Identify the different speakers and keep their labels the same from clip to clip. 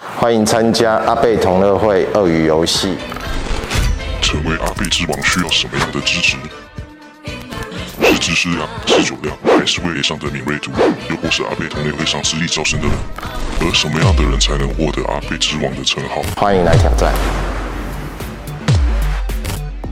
Speaker 1: 欢迎参加阿贝同乐会鳄鱼游戏。
Speaker 2: 成为阿贝之王需要什么样的支持？是知识量，是酒量，还是味蕾上的敏锐度？又或是阿贝同类会上实力较深的人？而什么样的人才能获得阿贝之王的称号？
Speaker 1: 欢迎来挑战。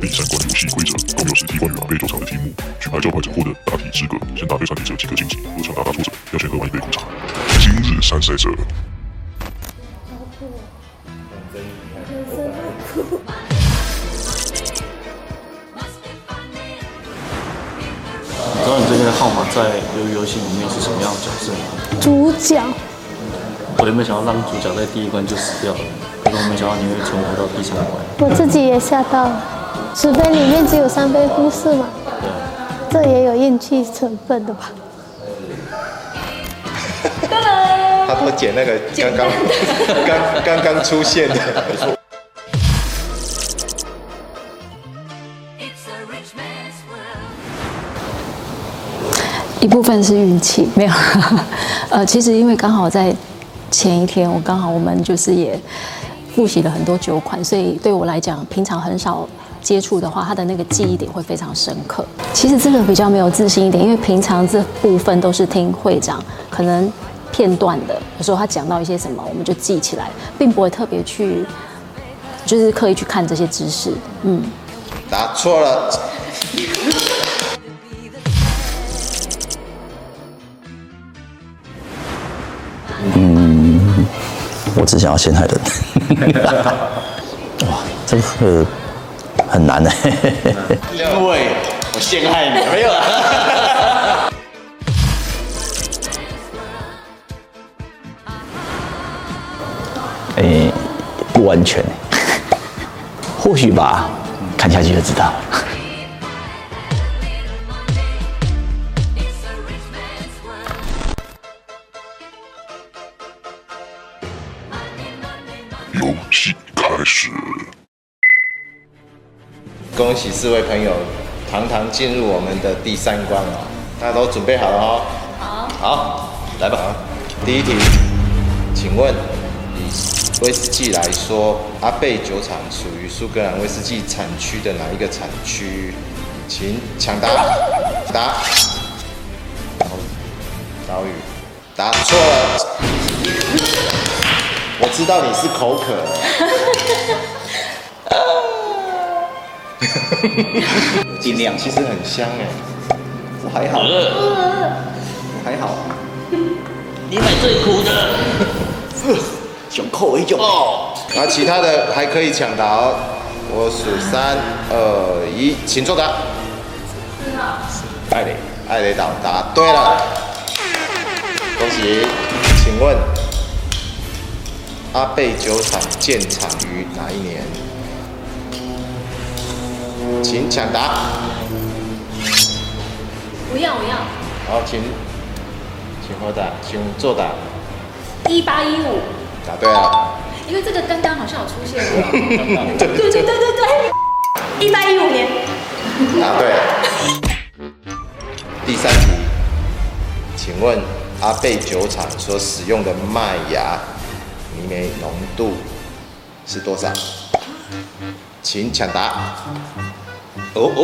Speaker 2: 并三观游戏规则，共有十题关于阿贝斗场的题目。举牌交换者获得答题资格，先答对三题者即可晋级。如常答答错者，要先喝完一杯苦茶。今日参赛者，
Speaker 3: 知道你这边的号码在鱿鱼游戏里面是什么样的角色吗？
Speaker 4: 主角，
Speaker 3: 我原本想要让主角在第一关就死掉了，但是我没想到你会存活到第三关。
Speaker 4: 我自己也吓到了。十杯里面只有三杯忽视嘛，这也有运气成分的吧？
Speaker 1: 他都剪那个刚刚刚刚刚出现的。
Speaker 5: 一部分是运气，没有， 呃，其实因为刚好在前一天，我刚好我们就是也复习了很多酒款，所以对我来讲，平常很少接触的话，它的那个记忆点会非常深刻。其实这个比较没有自信一点，因为平常这部分都是听会长可能片段的，有时候他讲到一些什么，我们就记起来，并不会特别去就是刻意去看这些知识，嗯。
Speaker 1: 答错了。
Speaker 6: 我只想要陷害 人。哇，这个很难欸呢。
Speaker 7: 因为我陷 害你，没有啊。
Speaker 6: 啊 诶，哎不完 全。或许吧，看下去就知道。
Speaker 2: 游戏开始。
Speaker 1: 恭喜四位朋友堂堂进入我们的第三关哦，大家都准备好了哦。好，好，来吧。第一题，请问以威士忌来说，阿贝酒厂属于苏格兰威士忌产区的哪一个产区？请抢答，答。岛屿，答错了。我知道你是口渴了。
Speaker 7: 尽量
Speaker 1: 其实很香哎，
Speaker 7: 我还好，
Speaker 1: 还好。
Speaker 7: 呃你买最 苦的，
Speaker 1: 呃
Speaker 7: 熊扣一种。哦，
Speaker 1: 然啊后其他的还可以抢答哦。我数三二一，请作答。艾雷，艾雷岛答对了，恭喜！请问阿贝酒厂建厂于哪一年？请抢答。
Speaker 8: 我要我要，
Speaker 1: 好，请请回答，请作答。
Speaker 8: 一八一五，
Speaker 1: 答对了。
Speaker 8: 因为这个刚刚好像有出现过。对对对对对，一八一五年，
Speaker 1: 答对了。第三题，请问阿贝酒厂所使用的麦芽泥煤浓度是多少？请抢答。哦哦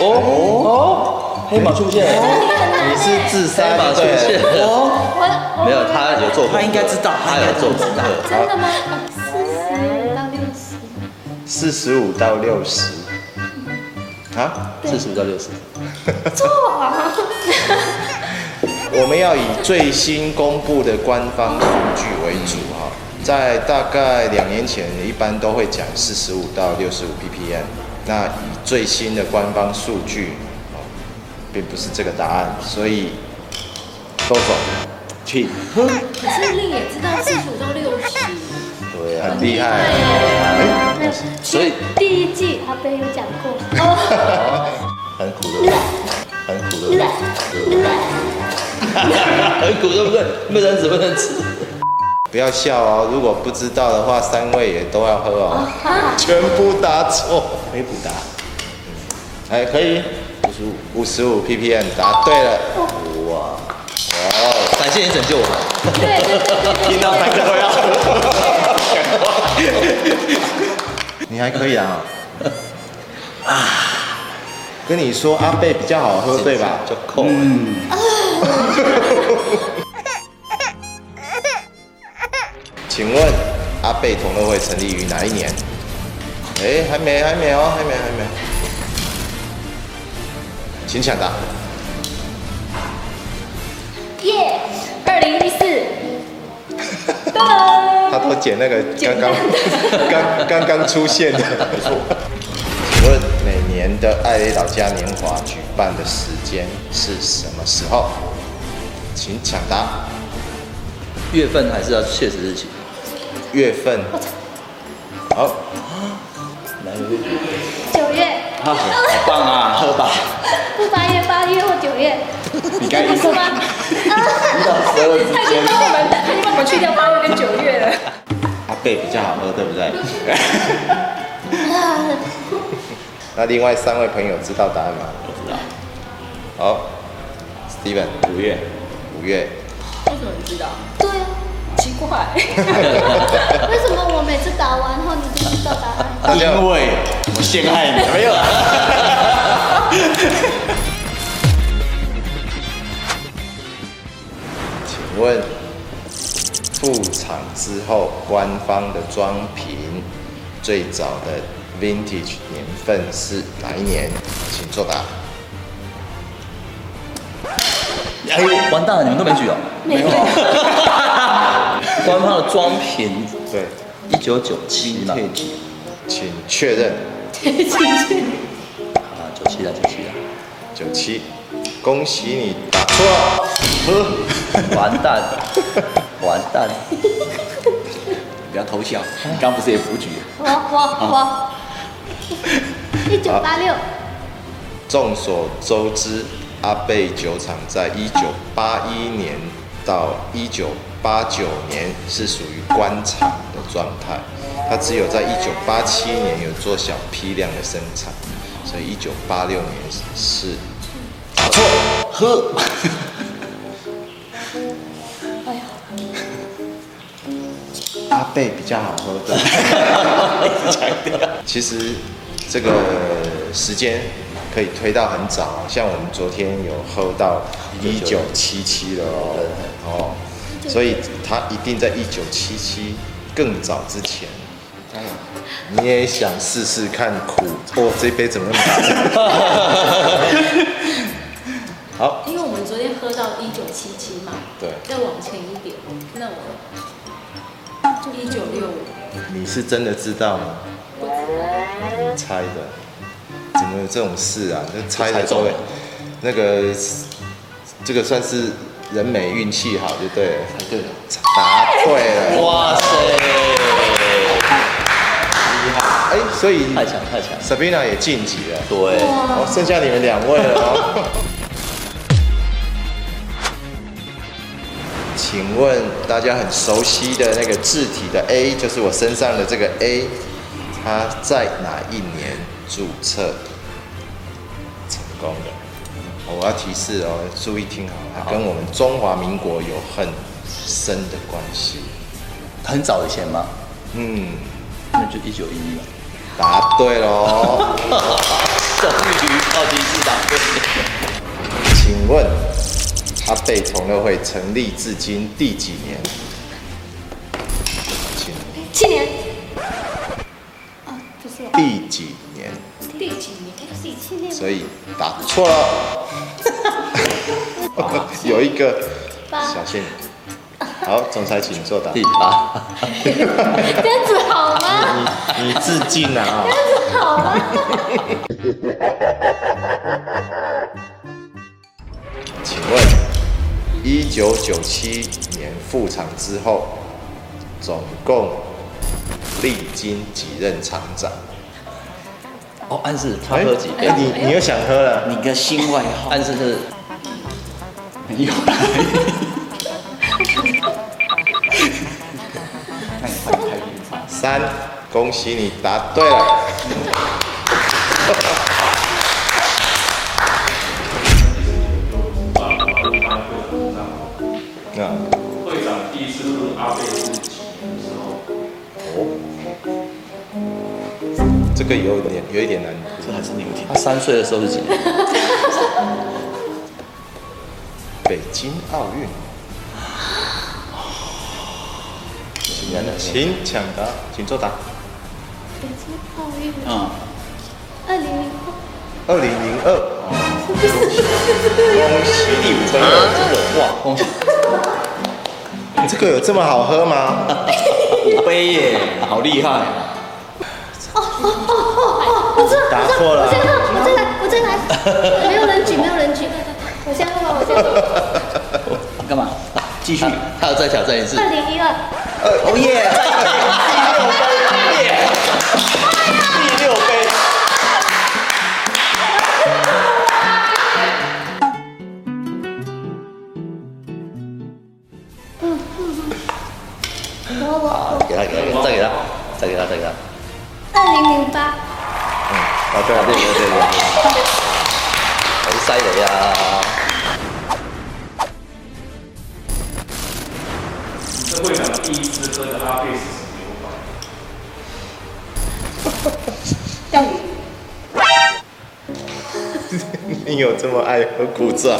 Speaker 1: 哦哦
Speaker 7: 黑马出现了，
Speaker 1: 你是自杀
Speaker 7: 黑马出现了，
Speaker 8: 我
Speaker 7: 没有，他有做，
Speaker 3: 他应该知道
Speaker 7: 他有做功课。
Speaker 8: 真的吗？四十到六十，
Speaker 1: 四十五到六十。啊，
Speaker 7: 四十到 六十，
Speaker 1: 我们要以最新公布的官方数据为主哈，在大概两年前，一般都会讲四十五到六十五 ppm。那以最新的官方数据，哦，并不是这个答案，所以豆总，去，
Speaker 8: 可是令也知道四十五到六十，
Speaker 1: 对啊，很厉害。
Speaker 7: 所以
Speaker 4: 第一季阿贝有讲过，
Speaker 1: 哦很苦的，很苦的。
Speaker 7: 很苦，对不对？不能吃，不能吃。
Speaker 1: 不要笑哦，如果不知道的话，三位也都要喝哦。全部答错，没补答。哎，可以，五十五，五十五 ppm，答对了。
Speaker 7: 感谢你拯救我们。
Speaker 8: 对对对对对，
Speaker 7: 听到大家都要。
Speaker 1: 你还可以啊。啊，跟你说阿贝比较好喝，对吧？嗯
Speaker 7: 就扣了。
Speaker 1: 请问阿贝同乐会成立于哪一年？哎，还没，还没哦，还没，还没。请抢答。
Speaker 8: 耶，二零一四，噔噔，
Speaker 1: 他都捡那个
Speaker 8: 捡
Speaker 1: 刚刚 刚刚刚出现的，没错。请问每年的爱雷岛嘉年华举办的时间是什么时候？请抢答。
Speaker 7: 月份还是要确实日期。
Speaker 1: 月份。好，
Speaker 8: 九月，
Speaker 7: 好，好棒啊，喝吧。
Speaker 8: 是八月、八月或九月，
Speaker 1: 你该
Speaker 8: 不
Speaker 1: 一
Speaker 8: 是
Speaker 1: 次
Speaker 8: 吗？
Speaker 1: 十二
Speaker 8: 他已
Speaker 1: 之
Speaker 8: 经
Speaker 1: 间，
Speaker 8: 帮我们，他已经帮我们去掉八月跟九月了。
Speaker 1: 阿贝比较好喝，对不对？那另外三位朋友知道答案吗？不知道。好，Steven，五月，五月，
Speaker 8: 为什么你知道？
Speaker 4: 对啊，
Speaker 8: 奇怪，
Speaker 4: 为什么我每次打完后你就知道答案？
Speaker 1: 大家
Speaker 7: 为我陷害你，没有啦。
Speaker 1: 请问复厂之后，官方的装瓶最早的 vintage 年份是哪一年？请作答。
Speaker 7: 哎呦，完蛋了，你们都没举哦。没有。 官方的装瓶，
Speaker 1: 对，
Speaker 7: 一九九七嘛。
Speaker 1: 请确认
Speaker 7: 啊，九七了，九七了。
Speaker 1: 九七。恭喜你答错了。
Speaker 7: 完蛋，完蛋。 不要偷笑，刚不是也补举？
Speaker 4: 我我我，一九八六，
Speaker 1: 众所周知，阿贝酒厂在一九八一年到一九八九年是属于官厂的状态，它只有在一九八七年有做小批量的生产，所以一九八六年是打错，
Speaker 7: 喝。
Speaker 1: 阿贝比较好喝的。其实这个时间可以推到很早，像我们昨天有喝到一九七七了哦，哦，所以他一定在一九七七更早之前。你也想试试看苦？哦，这杯怎么那么大？好，
Speaker 8: 因为我们昨天喝到一九七七嘛，
Speaker 1: 对
Speaker 8: 再往前一点，那我就一九六五，
Speaker 1: 你是真的知道吗？你猜的，怎么有这种事啊？那猜的都会，那个这个算是人美运气好就对了，
Speaker 7: 对了。
Speaker 1: 答对了，
Speaker 7: 哇塞！
Speaker 1: 哎，所以
Speaker 7: 太强太强
Speaker 1: ，Sabina 也晋级了，
Speaker 7: 对，
Speaker 1: 哦，剩下你们两位了哦。 请问大家很熟悉的那个字体的 A，就是我身上的这个 A，它在哪一年注册成功的？哦我要提示哦，注意听好，它跟我们中华民国有很深的关系。
Speaker 7: 很早以前嘛，
Speaker 1: 嗯，
Speaker 7: 那就一九一一嘛。
Speaker 1: 答对喽。
Speaker 7: 终于超级市场
Speaker 1: 请问阿贝同乐会成立至今第几年？请
Speaker 8: 七年，
Speaker 1: 第几年？
Speaker 8: 第几年？第七年
Speaker 1: 所以答错了。 有一个小心。好，总裁请作答。
Speaker 7: 第八，
Speaker 8: 这样子好吗？
Speaker 1: 你致敬了啊！
Speaker 8: 好吗？
Speaker 1: 请问，一九九七年复厂之后，总共历经几任厂长？
Speaker 7: 哦，暗示他喝几杯
Speaker 1: 哎？你你又想喝了？
Speaker 7: 你个新外号，暗示是没有啦。
Speaker 1: 三，恭喜你答对了。 那哦
Speaker 9: 会长第一次喝阿贝是几年之后？哦，
Speaker 1: 这个有点有一点难度。
Speaker 7: 这还是你有听。他三岁的时候是几年？
Speaker 1: 北京奥运，
Speaker 7: 几年的？
Speaker 1: 请抢答，请作答。
Speaker 4: 北京奥运
Speaker 7: 嗯，
Speaker 4: 二零零哦八，
Speaker 1: 二零零二，哦恭喜你朋友，真的
Speaker 7: 哇，恭喜
Speaker 1: 你这个有这么好喝吗？
Speaker 7: 五杯耶，好厉害！
Speaker 4: 哦我知道，
Speaker 1: 答错了
Speaker 4: 我先喝，我再来，我再 来，没有人举，没有人举，我先喝吧，我先喝。
Speaker 7: 你干嘛？继续，他要再挑战一次。
Speaker 4: 二零一二，
Speaker 7: 哦耶！
Speaker 1: 第六杯。
Speaker 4: 我我
Speaker 7: 给他，给他，再给他，再给他，再给他。
Speaker 4: 二零零八，
Speaker 1: 答对了，对对对对。
Speaker 7: 好犀利啊！
Speaker 8: 钓鱼，
Speaker 1: 你有这么爱喝古早？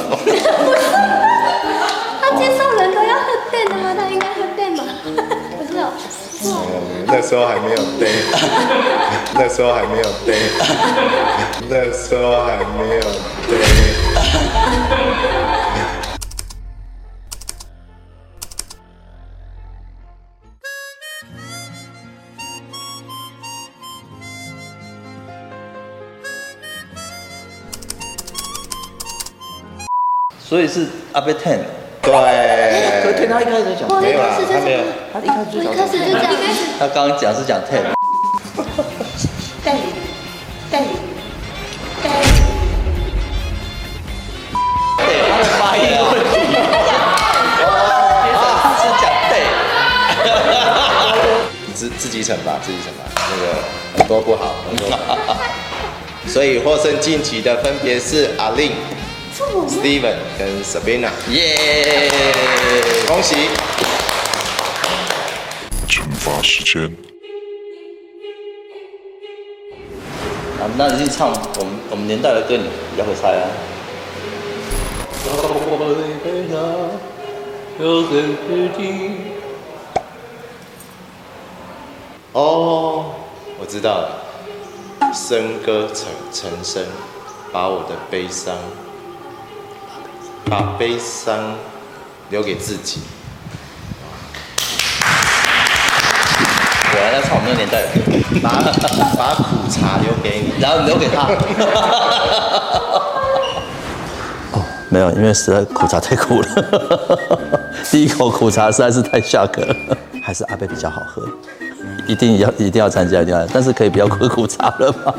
Speaker 4: 他介绍人都要喝电的吗？他应该喝电吧？ 不是哦，不是哦，
Speaker 1: 那时候还没有 day，那时候还没有 day，那时候还没有 day。
Speaker 7: 所以是 up ten，可是
Speaker 1: 对，
Speaker 7: ten 他一开始讲，
Speaker 4: 我一
Speaker 1: 没有啦
Speaker 4: 开始，就
Speaker 1: 他没有
Speaker 4: 这，
Speaker 7: 啊他一开始就
Speaker 4: 样，我
Speaker 7: 讲
Speaker 4: 一开始就这样，
Speaker 7: 他刚刚讲是讲 ten，
Speaker 8: 钓鱼，钓鱼，钓鱼。
Speaker 7: 对，他的发音有问题。啊，是讲 ten，
Speaker 1: 自自己惩罚，自己惩罚，那个很多不好，很多不好。所以获胜晋级的分别是阿令、Steven 跟 Sabina，
Speaker 7: 耶！
Speaker 1: 恭喜！
Speaker 2: 惩罚时间，
Speaker 7: 啊，那你去唱我们我们年代的歌，你要会猜啊。
Speaker 1: 哦，我知道了，笙歌成成声，把我的悲伤，把悲伤留给自己。
Speaker 7: 果啊然要唱我们那个年代的歌，
Speaker 1: 把把苦茶留给你。
Speaker 7: 然后你留给 他。
Speaker 6: 哦没有，因为实在苦茶太苦了，第一口苦茶实在是太下格了，嗯还是阿贝比较好喝，一定要一定要参加，一定要，但是可以不要喝苦茶了吗？